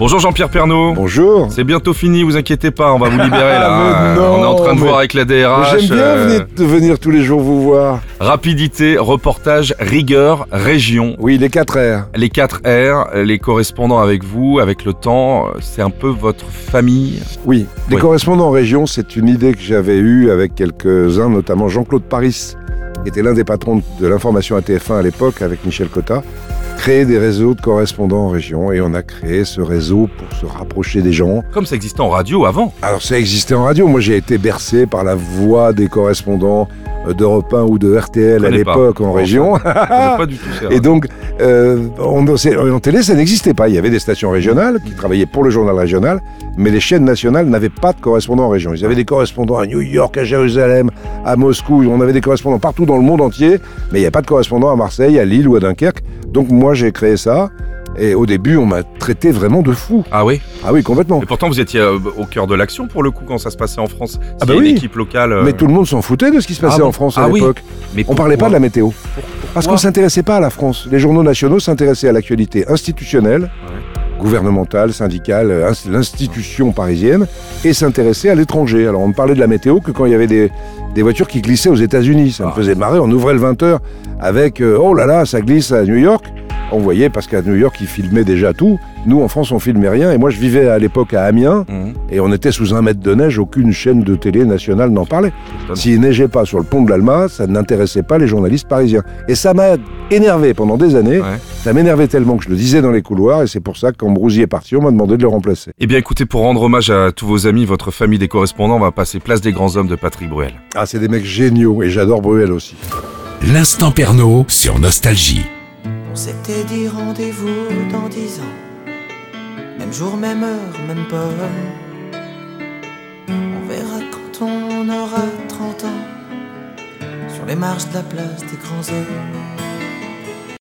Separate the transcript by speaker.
Speaker 1: Bonjour Jean-Pierre Pernaud.
Speaker 2: Bonjour.
Speaker 1: C'est bientôt fini, vous inquiétez pas, on va vous libérer là. hein.
Speaker 2: Ah, mais non,
Speaker 1: on est en train de
Speaker 2: mais-
Speaker 1: voir avec la
Speaker 2: Mais
Speaker 1: DRH.
Speaker 2: J'aime bien
Speaker 1: euh,
Speaker 2: venir, de venir tous les jours vous voir.
Speaker 1: Rapidité, reportage, rigueur, région.
Speaker 2: Oui, les 4 R.
Speaker 1: Les 4 R, les correspondants avec vous, avec le temps, c'est un peu votre famille.
Speaker 2: Oui, les
Speaker 1: Oui.
Speaker 2: correspondants en région, c'est une idée que j'avais eue avec quelques-uns, notamment Jean-Claude Paris, qui était l'un des patrons de l'information à TF1 à l'époque, avec Michel Cotta, créer des réseaux de correspondants en région. Et on a créé ce réseau pour se rapprocher des gens.
Speaker 1: Comme ça existait en radio avant.
Speaker 2: Alors ça existait en radio, moi j'ai été bercé par la voix des correspondants euh, d'Europe 1 ou de RTL à
Speaker 1: connais pas.
Speaker 2: l'époque en
Speaker 1: Enfin,
Speaker 2: région.
Speaker 1: Je connais pas du tout ça.
Speaker 2: Et donc, euh, en, c'est- en télé, ça n'existait pas. Il y avait des stations régionales qui travaillaient pour le journal régional, mais les chaînes nationales n'avaient pas de correspondants en région. Ils avaient des correspondants à New York, à Jérusalem, à Moscou. On avait des correspondants partout dans le monde entier, mais il n'y avait pas de correspondants à Marseille, à Lille ou à Dunkerque. Donc moi, j'ai créé ça. Et au début, on m'a traité vraiment de fou.
Speaker 1: Ah oui
Speaker 2: Ah oui, complètement.
Speaker 1: Et pourtant, vous étiez euh, au cœur de l'action pour le coup quand ça se passait en France.
Speaker 2: Ah
Speaker 1: S'il
Speaker 2: bah
Speaker 1: y a
Speaker 2: oui.
Speaker 1: une équipe locale. euh,
Speaker 2: Mais tout le monde s'en foutait de ce qui se passait
Speaker 1: Ah bon
Speaker 2: en France à
Speaker 1: Ah oui.
Speaker 2: l'époque.
Speaker 1: mais
Speaker 2: On parlait pas de la météo. Parce qu'on
Speaker 1: Pourquoi
Speaker 2: s'intéressait pas à la France. Les journaux nationaux s'intéressaient à l'actualité institutionnelle, gouvernementale, syndicale, euh, ins- l'institution parisienne, et s'intéressaient à l'étranger. Alors on ne parlait de la météo que quand il y avait des, des voitures qui glissaient aux États-Unis. Ça me
Speaker 1: Ah.
Speaker 2: faisait marrer. On ouvrait le 20h avec euh, Oh là là, ça glisse à New York. On voyait parce qu'à New York, ils filmaient déjà tout. Nous, en France, on filmait rien. Et moi, je vivais à l'époque à Amiens.
Speaker 1: Mhm.
Speaker 2: Et on était sous un mètre de neige, aucune chaîne de télé nationale n'en parlait.
Speaker 1: Étonnant.
Speaker 2: S'il neigeait pas sur le pont de l'Alma, ça n'intéressait pas les journalistes parisiens. Et ça m'a énervé pendant des années.
Speaker 1: Ouais.
Speaker 2: Ça m'énervait tellement que je le disais dans les couloirs, et c'est pour ça que quand Brouzy est parti, on m'a demandé de le remplacer.
Speaker 1: Eh bien écoutez, pour rendre hommage à tous vos amis, votre famille des correspondants, on va passer place des grands hommes de Patrick Bruel.
Speaker 2: Ah, c'est des mecs géniaux, et j'adore Bruel aussi.
Speaker 3: L'instant Pernaud sur Nostalgie.
Speaker 4: On s'était dit rendez-vous dans dix ans. Même jour, même heure, même pomme. On verra quand on aura 30 ans. Sur les marches de la place des grands hommes.